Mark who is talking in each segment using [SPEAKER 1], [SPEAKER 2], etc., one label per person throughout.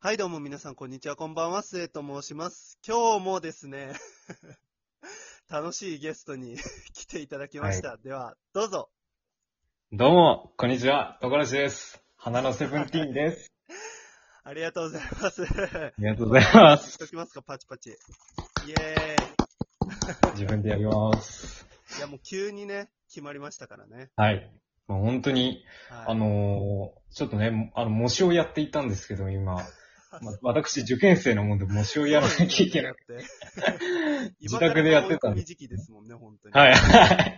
[SPEAKER 1] はい、どうも皆さん、こんにちは。こんばんは、末と申します。今日もですね、 楽しいゲストに 来ていただきました。では、どうぞ。
[SPEAKER 2] どうも、こんにちは、ところしです。花のセブンティーンです。
[SPEAKER 1] ありがとうございます。
[SPEAKER 2] ありがとうございま
[SPEAKER 1] し
[SPEAKER 2] す。
[SPEAKER 1] ときますか、パチパチ。イエ
[SPEAKER 2] 自分でやります。
[SPEAKER 1] ーイ。いや、もう急にね、決まりましたからね。
[SPEAKER 2] はい。もう本当に、
[SPEAKER 1] はい、
[SPEAKER 2] あのーちょっとね、あの、模試をやっていたんですけど、今。ま私、受験生のもんで模試をやらなきゃいけなく
[SPEAKER 1] て。
[SPEAKER 2] て、自宅でやってたん
[SPEAKER 1] 今から追い込み
[SPEAKER 2] で。
[SPEAKER 1] 時期ですもんね、本当に。
[SPEAKER 2] はい。はい。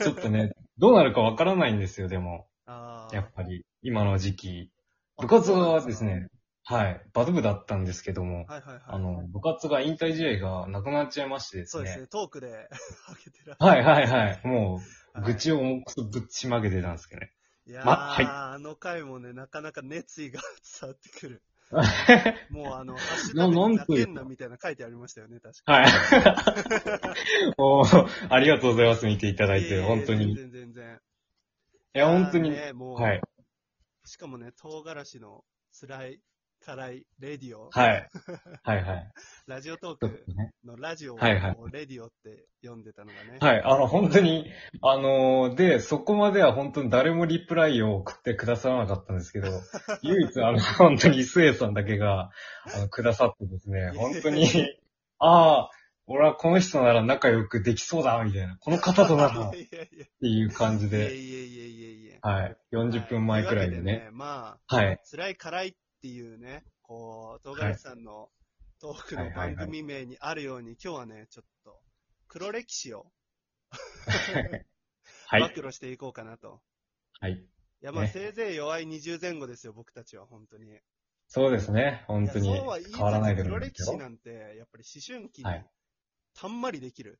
[SPEAKER 2] ちょっとね、どうなるかわからないんですよ、でも。
[SPEAKER 1] あー
[SPEAKER 2] やっぱり、今の時期。部活はです。ね、はい、バド部だったんですけども、
[SPEAKER 1] はいはいはい。
[SPEAKER 2] あの、部活が引退試合がなくなっちゃいましてです
[SPEAKER 1] そう
[SPEAKER 2] ね。
[SPEAKER 1] ですね、トークで 上げてらっしゃる
[SPEAKER 2] はいはいはい。も
[SPEAKER 1] は
[SPEAKER 2] う、
[SPEAKER 1] い
[SPEAKER 2] 愚痴を重くそぶっちまけてたんですけどね。
[SPEAKER 1] いやー、
[SPEAKER 2] まはい
[SPEAKER 1] あの回もね、なかなか熱意が伝わってくる。もうあ の、ハッシュ
[SPEAKER 2] な
[SPEAKER 1] タグ
[SPEAKER 2] な
[SPEAKER 1] に
[SPEAKER 2] ん
[SPEAKER 1] 泣
[SPEAKER 2] とい
[SPEAKER 1] け
[SPEAKER 2] うん
[SPEAKER 1] なみたいな書いてありましたよね、確か
[SPEAKER 2] はい。 もう、ありがとうございます。見ていただい
[SPEAKER 1] え
[SPEAKER 2] て、
[SPEAKER 1] え
[SPEAKER 2] 本当
[SPEAKER 1] 全
[SPEAKER 2] に。い
[SPEAKER 1] 然全然。
[SPEAKER 2] や、本当に。
[SPEAKER 1] あーねもう、
[SPEAKER 2] はい。
[SPEAKER 1] しかもね、唐辛子の辛い、辛い、レディオ、
[SPEAKER 2] はい。はいはい。
[SPEAKER 1] ラジオトー
[SPEAKER 2] ちょっ
[SPEAKER 1] ク
[SPEAKER 2] とね。
[SPEAKER 1] のラジオを、
[SPEAKER 2] はいはい
[SPEAKER 1] レディオって読んでたのがね。
[SPEAKER 2] はい。あの、本当に、あのーで、そこまでは本当に誰もリプライを送ってくださらなかったんですけ ど、唯一、あの、本当にスエさんだけが、あの、くださってですね、本当に、ああ、俺はこの人なら仲良くできそうだ、みたいな。この方となら、っ
[SPEAKER 1] いやいやい
[SPEAKER 2] ていう感じ
[SPEAKER 1] やいや
[SPEAKER 2] で、
[SPEAKER 1] いやいやいやいや。
[SPEAKER 2] はい。40分前くらいでね。。
[SPEAKER 1] まあ、
[SPEAKER 2] はい。
[SPEAKER 1] 辛い辛いっていうね、こう、唐辛子さんのトークの番組名にあるように、今日はね、ちょっと、黒歴史を
[SPEAKER 2] は
[SPEAKER 1] 暴
[SPEAKER 2] い。
[SPEAKER 1] 露していこうかなと。
[SPEAKER 2] はい。
[SPEAKER 1] い、や、まあ、
[SPEAKER 2] ね
[SPEAKER 1] せいぜい弱い20前後ですよ、僕たちは、本当に。
[SPEAKER 2] そうですね。本当に
[SPEAKER 1] いや
[SPEAKER 2] 変
[SPEAKER 1] そうは言いつつ
[SPEAKER 2] わらないけど
[SPEAKER 1] 黒
[SPEAKER 2] ね
[SPEAKER 1] 歴史なんて、やっぱり思春期に
[SPEAKER 2] はい、
[SPEAKER 1] たんまりできる。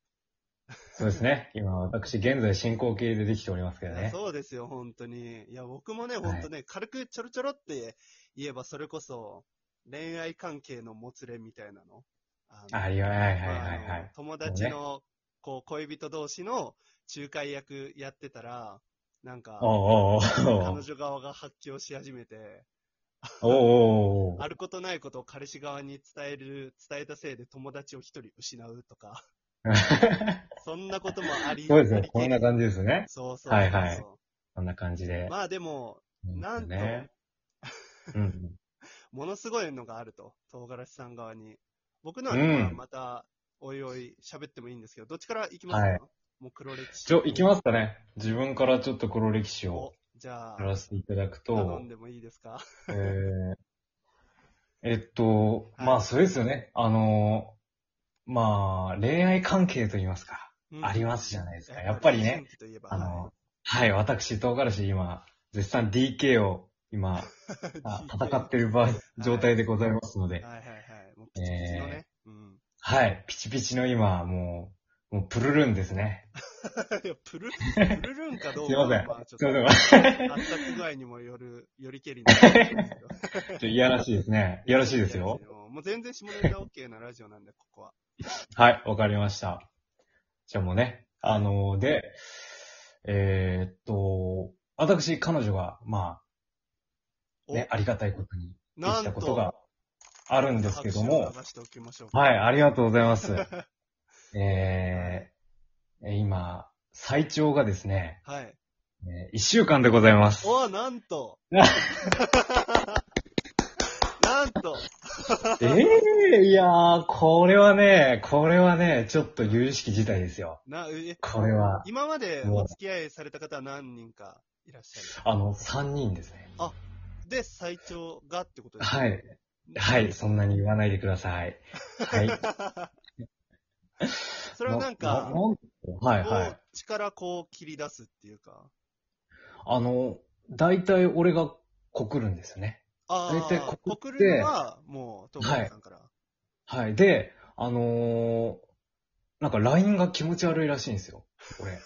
[SPEAKER 2] そうですね。今、私、現在進行形でできておりますけど
[SPEAKER 1] いや
[SPEAKER 2] ね。
[SPEAKER 1] そうですよ、本当に。いや、僕もね、本当ね、軽くちょろちょろって言えば、それこそ、恋愛関係のもつれみたいなの。あの
[SPEAKER 2] あ、いや、はいはい
[SPEAKER 1] まあ
[SPEAKER 2] は
[SPEAKER 1] あ
[SPEAKER 2] いは
[SPEAKER 1] の
[SPEAKER 2] い。
[SPEAKER 1] 友達の、こう、恋人同士の仲介役やってたら、なんか、
[SPEAKER 2] おうおうお
[SPEAKER 1] 彼
[SPEAKER 2] う
[SPEAKER 1] 女側が発狂し始めて、
[SPEAKER 2] おうおうおう
[SPEAKER 1] あることないことを彼氏側に伝える、伝えたせいで友達を一人失うとか、 そんなこともあり、
[SPEAKER 2] そうです
[SPEAKER 1] あ
[SPEAKER 2] ね
[SPEAKER 1] り。
[SPEAKER 2] こんな感じですね。
[SPEAKER 1] そうそうそうそう
[SPEAKER 2] はいはいこんな感じで。
[SPEAKER 1] まあでも、なんと、
[SPEAKER 2] ね。うん。
[SPEAKER 1] ものすごいのがあると、唐辛子さん側に。僕のは
[SPEAKER 2] うん
[SPEAKER 1] まあまた、おいおい喋ってもいいんですけど、どっちから行きますか、
[SPEAKER 2] はい
[SPEAKER 1] もう黒歴史。
[SPEAKER 2] ちょ、行きますかね。自分からちょっと黒歴史を
[SPEAKER 1] おじゃあ、
[SPEAKER 2] やらせていただく
[SPEAKER 1] 頼
[SPEAKER 2] と
[SPEAKER 1] ん、でもいいですか
[SPEAKER 2] えーえっと、
[SPEAKER 1] はい
[SPEAKER 2] まあ、それですよね。あの、まあ、恋愛関係と言いますか。ありますじゃないですか。やっぱりね、。
[SPEAKER 1] うんやっぱ
[SPEAKER 2] あ
[SPEAKER 1] り
[SPEAKER 2] の、はい、私、唐辛子、今、絶賛 DK を、今、あ戦って
[SPEAKER 1] る。
[SPEAKER 2] る場合状態でございますので、
[SPEAKER 1] はいはいはい。もうピチピチのね。うん。
[SPEAKER 2] はい、ピチピチの今、もう、もうプルルンですね。
[SPEAKER 1] いや、 プル、プルルンかどう
[SPEAKER 2] すい
[SPEAKER 1] かは。
[SPEAKER 2] ません
[SPEAKER 1] まあちょっ
[SPEAKER 2] す
[SPEAKER 1] と
[SPEAKER 2] いません。
[SPEAKER 1] 圧迫具合にもよる、 よりけりになるんですけど
[SPEAKER 2] ちょっといやらしいですね。いやらしいです よ。。
[SPEAKER 1] もう全然下ネタ OK なラジオなんで、ここは。
[SPEAKER 2] はい、わかりました。じゃあもうね、あので、えーっと、私、彼女が、まあ、
[SPEAKER 1] お
[SPEAKER 2] ね、ありがたいことに、で
[SPEAKER 1] な
[SPEAKER 2] き
[SPEAKER 1] んと
[SPEAKER 2] たことがあるんですけども
[SPEAKER 1] 拍手を流、しておきましょうか。
[SPEAKER 2] はい、ありがとうございます。 えー、え今、最長がですね、
[SPEAKER 1] はい。
[SPEAKER 2] えー一週間でございます。
[SPEAKER 1] おなん となんと
[SPEAKER 2] ええいやー、これはね、これはね、ちょっと有意識事態ですよ。
[SPEAKER 1] な、え、
[SPEAKER 2] これは、
[SPEAKER 1] 今までお付き合いされた方は何人かいらっしゃ
[SPEAKER 2] あの、三人ですね。
[SPEAKER 1] るで、最長がってことですね
[SPEAKER 2] はい。はい、そんなに言わないでください。はい。
[SPEAKER 1] それはなんか、
[SPEAKER 2] ななはい、は
[SPEAKER 1] こ
[SPEAKER 2] い。
[SPEAKER 1] う、力こう切り出すっていうか。
[SPEAKER 2] あの、大体俺が告るんですよね。
[SPEAKER 1] あ
[SPEAKER 2] 大体
[SPEAKER 1] あ
[SPEAKER 2] こ、
[SPEAKER 1] コ
[SPEAKER 2] こ
[SPEAKER 1] ク
[SPEAKER 2] って
[SPEAKER 1] ルンは、もう、トーさんから。
[SPEAKER 2] はい。で、あのーなんか LINE が気持ち悪いらしいんですよ。 俺。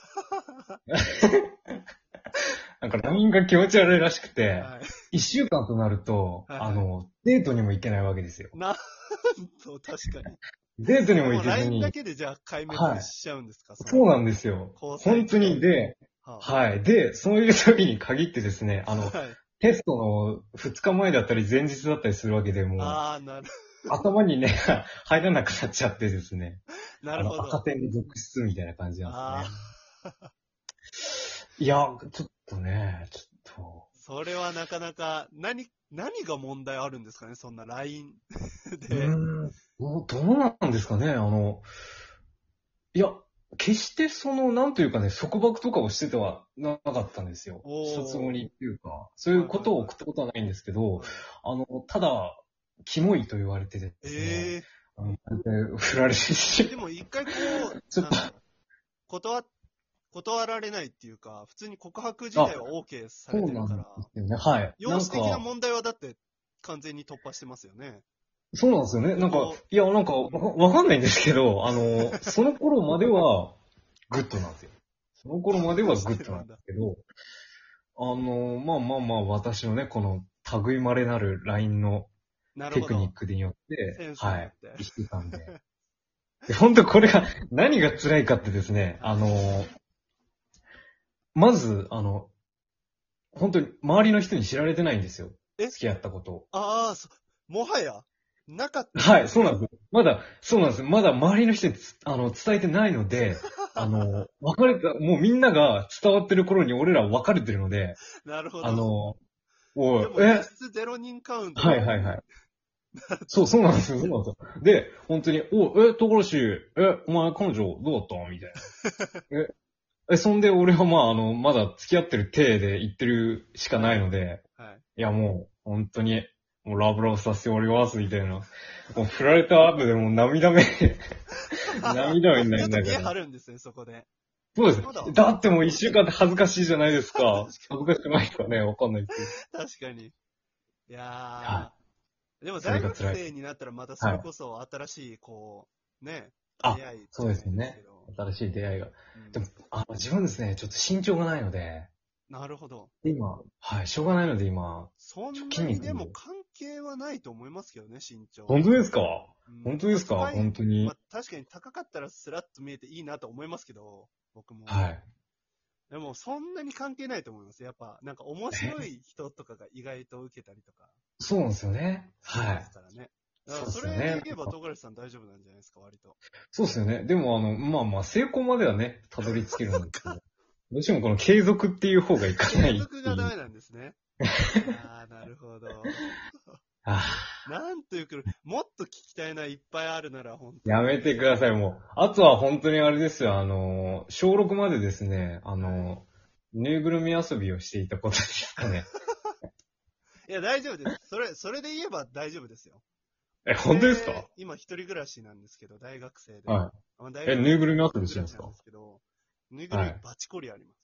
[SPEAKER 2] なんか LINE が気持ち悪いらしくて、
[SPEAKER 1] はい。
[SPEAKER 2] 一週間となると、
[SPEAKER 1] はい
[SPEAKER 2] あの、デートにも行けないわけですよ。
[SPEAKER 1] なんと、確かに。
[SPEAKER 2] デートにも
[SPEAKER 1] も
[SPEAKER 2] 行
[SPEAKER 1] う
[SPEAKER 2] けず
[SPEAKER 1] LINE
[SPEAKER 2] に
[SPEAKER 1] だ。けでじゃあ、壊滅しちゃうんですか、
[SPEAKER 2] そう
[SPEAKER 1] の
[SPEAKER 2] なんですよ。
[SPEAKER 1] 交際
[SPEAKER 2] 本当に、で、
[SPEAKER 1] は
[SPEAKER 2] はい。で、そういう時に限ってですね、あ
[SPEAKER 1] あ
[SPEAKER 2] の、
[SPEAKER 1] はい
[SPEAKER 2] テストの2日前だったり前日だったりするわけでもう、
[SPEAKER 1] ああ、なる、
[SPEAKER 2] 頭にね、 入らなくなっちゃってですね。
[SPEAKER 1] なるほ
[SPEAKER 2] あの赤
[SPEAKER 1] ど。
[SPEAKER 2] 点の続出みたいな感じなん
[SPEAKER 1] あ
[SPEAKER 2] で
[SPEAKER 1] あ
[SPEAKER 2] すね。、 いや、ちょっとね、ちょ
[SPEAKER 1] それはなかなか、何、何が問題あるんですかね、そんな LINE
[SPEAKER 2] っと。う
[SPEAKER 1] で。
[SPEAKER 2] ーん、どうどうなんですかね、あの、いや、決してその、なんというかね、束縛とかをしててはななかったんですよ
[SPEAKER 1] おー。
[SPEAKER 2] 卒後にっていうか、そういうことを送ったことはないんですけど、あの、ただ、キモいと言われててですね、
[SPEAKER 1] え
[SPEAKER 2] あの振られて
[SPEAKER 1] えで
[SPEAKER 2] し、
[SPEAKER 1] も一回こう、
[SPEAKER 2] ちょっと
[SPEAKER 1] なんだろう断っ、断られないっていうか、普通に告白自体は OK さ
[SPEAKER 2] そ
[SPEAKER 1] れ
[SPEAKER 2] う
[SPEAKER 1] てる
[SPEAKER 2] なん
[SPEAKER 1] か
[SPEAKER 2] で
[SPEAKER 1] ら、
[SPEAKER 2] すよね、はい。
[SPEAKER 1] 様子的な
[SPEAKER 2] な
[SPEAKER 1] ん
[SPEAKER 2] か
[SPEAKER 1] 問題はだって完全に突破してますよね。
[SPEAKER 2] そうなんですよね。なん
[SPEAKER 1] こ
[SPEAKER 2] か
[SPEAKER 1] う、
[SPEAKER 2] いや、なんか、わわかんないんですけど、あの、その頃までは、グッドなんですよ。その頃まではグッドなんですけど、あの、まあまあまあ、私のね、この、類まれなる LINE の
[SPEAKER 1] なる
[SPEAKER 2] テ
[SPEAKER 1] ほ
[SPEAKER 2] クニッ
[SPEAKER 1] ど。
[SPEAKER 2] クによって
[SPEAKER 1] セン、スに
[SPEAKER 2] は
[SPEAKER 1] よ
[SPEAKER 2] い
[SPEAKER 1] っ、て。
[SPEAKER 2] 生きてたんで。で本当これが、何が辛いかってですね、あの、まず、あの、本当に周りの人に知られてないんですよ。
[SPEAKER 1] え
[SPEAKER 2] 付き合ったことを。
[SPEAKER 1] ああ、そもはや、なかった。
[SPEAKER 2] はい、そうなんです。まだ、そうなんです。まだ周りの人につあの伝えてないので、あの、別れた、もうみんなが伝わってる頃に俺ら別れてるので、
[SPEAKER 1] なるほど。
[SPEAKER 2] あの、おい
[SPEAKER 1] でも、
[SPEAKER 2] え
[SPEAKER 1] 実、質ゼロ人カウント。
[SPEAKER 2] はいはいはい。そう、そうなんですよ、そうなんですよ。で、本当に、お、え、ところし、え、お前彼女どうだったみたい な。え、え、そんで俺はまあ、あの、まだ付き合ってる体で言ってるしかないので、
[SPEAKER 1] はい。
[SPEAKER 2] いやもう、本当に、もうラブラブさせております、みたいな。もう振られた後でもう 涙目、涙目にな
[SPEAKER 1] ちょっ
[SPEAKER 2] りな
[SPEAKER 1] と
[SPEAKER 2] が
[SPEAKER 1] 見え
[SPEAKER 2] ら。
[SPEAKER 1] 張るんですね、そこで。
[SPEAKER 2] そうです
[SPEAKER 1] そうだ。。
[SPEAKER 2] だってもう一週間って恥ずかしいじゃないですか 恥ずかしくないですかね、わかんないです
[SPEAKER 1] 確かに。いやー。
[SPEAKER 2] は
[SPEAKER 1] でも
[SPEAKER 2] それ
[SPEAKER 1] 大
[SPEAKER 2] が
[SPEAKER 1] 学
[SPEAKER 2] 辛い
[SPEAKER 1] 生になったらまたそれこそ新しい、こう、ね、
[SPEAKER 2] あ
[SPEAKER 1] 出会い
[SPEAKER 2] そうですよね
[SPEAKER 1] けど
[SPEAKER 2] け。ど。新しい出会いが。
[SPEAKER 1] うん
[SPEAKER 2] でも、あの、自分ですね、ちょっと身長がないので、
[SPEAKER 1] なるほど。
[SPEAKER 2] で今、はい、しょうがないので今。
[SPEAKER 1] そん
[SPEAKER 2] ちょ
[SPEAKER 1] な
[SPEAKER 2] 筋
[SPEAKER 1] に
[SPEAKER 2] 肉
[SPEAKER 1] でも関係はないと思いますけどね、身長。
[SPEAKER 2] 本当ですか
[SPEAKER 1] うん
[SPEAKER 2] 本当ですか
[SPEAKER 1] 高い
[SPEAKER 2] 本当に
[SPEAKER 1] ま。あ、確かに高かったらスラッと見えていいなと思いますけど、僕も。
[SPEAKER 2] はい。
[SPEAKER 1] でも、そんなに関係ないと思います。やっぱ、なんか面白い人とかが意外と受けたりとか、
[SPEAKER 2] そうなんですよね。
[SPEAKER 1] し
[SPEAKER 2] は
[SPEAKER 1] ま
[SPEAKER 2] い
[SPEAKER 1] す。からね。だ
[SPEAKER 2] そう
[SPEAKER 1] か
[SPEAKER 2] で
[SPEAKER 1] らそ
[SPEAKER 2] すよ
[SPEAKER 1] れ
[SPEAKER 2] ね
[SPEAKER 1] でいけば、トガレさん大丈夫なんじゃないですか、割と。
[SPEAKER 2] そうですよね。でも、あの、まあまあ、成功まではね、たどり着けるんです けど、どうしてもこの継続っていう方がいかない
[SPEAKER 1] 継
[SPEAKER 2] って
[SPEAKER 1] 続
[SPEAKER 2] い
[SPEAKER 1] がダメ
[SPEAKER 2] う。
[SPEAKER 1] なんですね。ああ、なるほど。
[SPEAKER 2] あ
[SPEAKER 1] なんというか、もっと聞きたいな、いっぱいあるなら、ほんと
[SPEAKER 2] やめてください、もう。あとは本当にあれですよ、あの、小6までですね、あの、ぬいぐるみ遊びをしていたことですか ね。
[SPEAKER 1] いや、大丈夫です。それ、それで言えば大丈夫ですよ。
[SPEAKER 2] え、本当です
[SPEAKER 1] えー
[SPEAKER 2] か
[SPEAKER 1] 今、一人暮らしなんですけど、大学生で。
[SPEAKER 2] は
[SPEAKER 1] あ大
[SPEAKER 2] い。
[SPEAKER 1] 学
[SPEAKER 2] え、
[SPEAKER 1] 生
[SPEAKER 2] ぬいぐるみ遊びしてるんですか
[SPEAKER 1] なんですけど、ぬいぐるみ
[SPEAKER 2] はい
[SPEAKER 1] バチコリあります。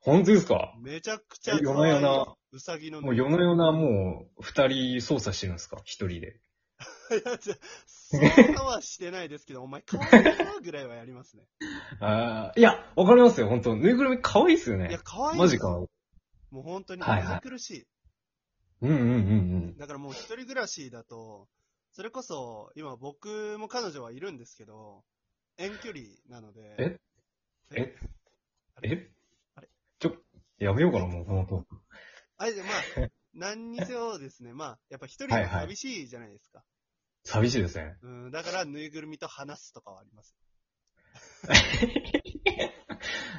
[SPEAKER 2] 本当ですか
[SPEAKER 1] めちゃくちゃ
[SPEAKER 2] え夜な夜な
[SPEAKER 1] 可愛いウサギの
[SPEAKER 2] もう夜な夜なもう、二人操作してるんですか一人で。
[SPEAKER 1] いやじゃそうはしてないですけど、お前、可愛いなぐらいはやりますね。
[SPEAKER 2] あーいや、わかりますよ、本当ぬいぐるみ可愛いですよ
[SPEAKER 1] いや、
[SPEAKER 2] ね。
[SPEAKER 1] 可愛い。
[SPEAKER 2] マジか。。
[SPEAKER 1] もう本当に、
[SPEAKER 2] はいはい
[SPEAKER 1] 胸苦しい。
[SPEAKER 2] うんうんうんうん。
[SPEAKER 1] だからもう一人暮らしだと、それこそ、今僕も彼女はいるんですけど、遠距離なので。
[SPEAKER 2] ええ
[SPEAKER 1] あれ
[SPEAKER 2] え
[SPEAKER 1] あれ
[SPEAKER 2] ちょ、やめようかな、もう、この後。
[SPEAKER 1] あれで、まあ、何にせよですね、まあ、やっぱ一人
[SPEAKER 2] はい
[SPEAKER 1] が
[SPEAKER 2] はい
[SPEAKER 1] 寂しいじゃないですか。
[SPEAKER 2] 寂しいですね。
[SPEAKER 1] うん、だからぬいぐるみと話すとかはあります。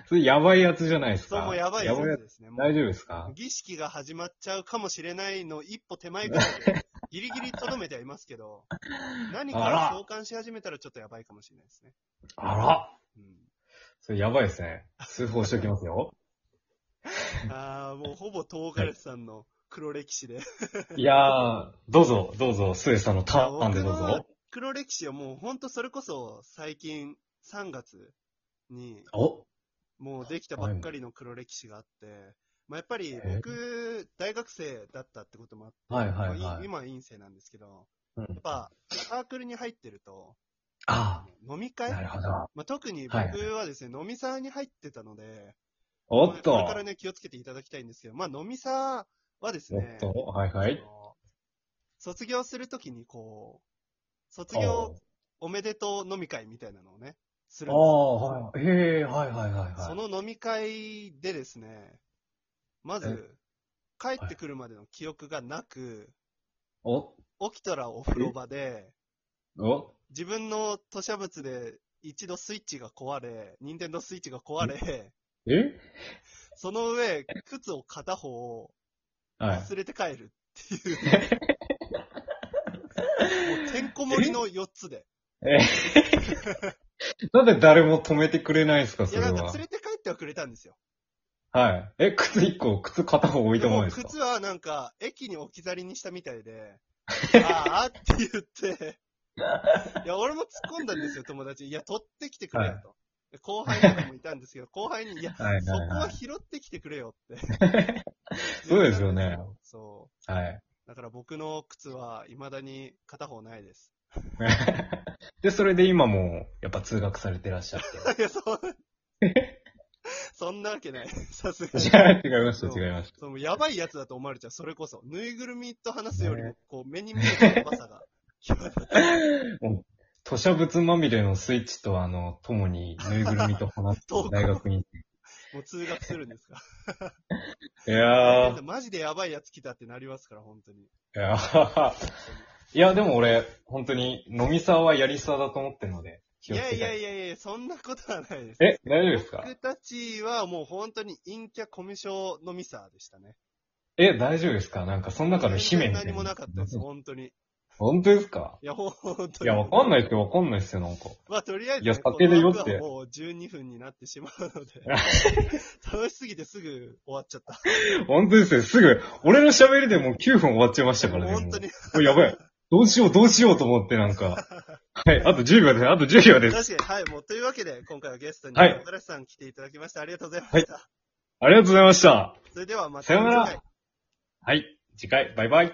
[SPEAKER 2] それ、やばいやつじゃないですか。
[SPEAKER 1] そう、もうやばい
[SPEAKER 2] やばいや
[SPEAKER 1] やつ
[SPEAKER 2] つ。
[SPEAKER 1] ですね。もう
[SPEAKER 2] 大丈夫ですか
[SPEAKER 1] 儀式が始まっちゃうかもしれないの一歩手前ぐらい で、ギリギリとどめてはいますけど、何
[SPEAKER 2] あ
[SPEAKER 1] から共感し始めたらちょっとやばいかもしれないですね。
[SPEAKER 2] あら
[SPEAKER 1] うん、
[SPEAKER 2] それ、やばいですね。通報しておきますよ。
[SPEAKER 1] ああ、もうほぼ東ガレスさんの黒歴史で。
[SPEAKER 2] いやー、どうぞ、どうぞ、スエさんのターンで
[SPEAKER 1] い
[SPEAKER 2] どう
[SPEAKER 1] や僕
[SPEAKER 2] ぞ
[SPEAKER 1] の。黒歴史はもうほんとそれこそ最近3月に
[SPEAKER 2] お
[SPEAKER 1] もうできたばっかりの黒歴史があって、まあ、やっぱり僕、大学生だったってこともあって、
[SPEAKER 2] はいはい
[SPEAKER 1] まあ
[SPEAKER 2] はいい。
[SPEAKER 1] 今は院生なんですけど、
[SPEAKER 2] うん
[SPEAKER 1] やっぱサークルに入ってると、
[SPEAKER 2] あ
[SPEAKER 1] 飲み
[SPEAKER 2] あ、
[SPEAKER 1] 会
[SPEAKER 2] なるほど。
[SPEAKER 1] まあ、特に僕
[SPEAKER 2] はい
[SPEAKER 1] はですね、飲みサーに入ってたので、
[SPEAKER 2] おっと、
[SPEAKER 1] これから
[SPEAKER 2] お
[SPEAKER 1] ね、気をつけていただきたいんですけど、まあ、飲みサーはですね
[SPEAKER 2] っ、と、はいはい
[SPEAKER 1] あ。の卒業するときにこう、卒業おめでとう飲み会みたいなのをね、する
[SPEAKER 2] あ
[SPEAKER 1] んですよ
[SPEAKER 2] あ、はい。へえ、はいはいはいはい。
[SPEAKER 1] その飲み会でですね、まず、帰ってくるまでの記憶がなく、
[SPEAKER 2] お
[SPEAKER 1] 起きたらお風呂場で、
[SPEAKER 2] お
[SPEAKER 1] 自分の吐砂物で一度スイッチが壊れ、任天堂スイッチが壊れ、
[SPEAKER 2] え
[SPEAKER 1] その上、靴を片方を
[SPEAKER 2] はい。
[SPEAKER 1] 忘れて帰るっていう。もうてんこ盛りの4つで。
[SPEAKER 2] なんで誰も止めてくれないんですか、
[SPEAKER 1] い
[SPEAKER 2] そ
[SPEAKER 1] や、
[SPEAKER 2] れ
[SPEAKER 1] なんか
[SPEAKER 2] は
[SPEAKER 1] 連。れて帰ってはくれたんですよ。
[SPEAKER 2] はい。え、靴1個、靴片方置い
[SPEAKER 1] で
[SPEAKER 2] たまま
[SPEAKER 1] も
[SPEAKER 2] ですか
[SPEAKER 1] 靴はなんか、駅に置き去りにしたみたい で、あーあって言って、いや、俺も突っ込んだんですよ、友達に。いや、取ってきてくれよと。で後輩とかもいたんですけど、後輩に、いや、
[SPEAKER 2] はいはいはい
[SPEAKER 1] そこは拾ってきてくれよって。
[SPEAKER 2] そうですよね。
[SPEAKER 1] そ
[SPEAKER 2] はい。
[SPEAKER 1] う。だから僕の靴は未だに片方ないです。
[SPEAKER 2] で、それで今も、やっぱ通学されてらっしゃっ て。
[SPEAKER 1] いや、そん、そんなわけない。さすが
[SPEAKER 2] い
[SPEAKER 1] に。
[SPEAKER 2] や、違いました、違いまし
[SPEAKER 1] そのやばいやつだと思われちゃう、それこそ。ぬいぐるみと話すよりも、こう、目に見えたやばさが。
[SPEAKER 2] た。もう、土砂物まみれのスイッチと、あの、共に、ぬいぐるみと話す
[SPEAKER 1] 同行
[SPEAKER 2] 大学に。
[SPEAKER 1] もう通学するんですか。
[SPEAKER 2] いやー、い
[SPEAKER 1] マジでやばいやつ来たってなりますから、本当に。
[SPEAKER 2] やーいや、でも俺、本当に、飲み沢はやり沢だと思ってるので、
[SPEAKER 1] い
[SPEAKER 2] 気をつけ
[SPEAKER 1] や
[SPEAKER 2] て。
[SPEAKER 1] いやいやいや、そんなことはないです。
[SPEAKER 2] え、大丈夫ですか
[SPEAKER 1] 僕たちはもう本当に陰キャコミュ障のミサーでしたね。
[SPEAKER 2] え、大丈夫ですかなんか、その中の
[SPEAKER 1] 全
[SPEAKER 2] 姫み
[SPEAKER 1] 然
[SPEAKER 2] たいな。
[SPEAKER 1] 何もなかったです、本当に。い
[SPEAKER 2] 本当ですか
[SPEAKER 1] や、ほん本当
[SPEAKER 2] い
[SPEAKER 1] に。
[SPEAKER 2] や、わかんないですよ、わかんないですよ、なんか。
[SPEAKER 1] まあ、とりあえず、
[SPEAKER 2] いや酒で酔っ
[SPEAKER 1] この
[SPEAKER 2] て
[SPEAKER 1] 枠はもう12分になってしまうの で。楽しすぎてすぐ終わっちゃった。
[SPEAKER 2] 本当ですよ、すぐ、俺の喋りでもう9分終わっちゃいましたからね。もう
[SPEAKER 1] 本当に。
[SPEAKER 2] もうやばい。どうしよう、どうしようと思って、なんか。はい、あと10秒です、あと10秒です。
[SPEAKER 1] 確かに、はい。もう、というわけで、今回はゲストに、
[SPEAKER 2] はい
[SPEAKER 1] 新さん来ていただきました。ありがとうございました。
[SPEAKER 2] ありがとうございました。
[SPEAKER 1] それでは、また。
[SPEAKER 2] さようならはい、次回、バイバイ。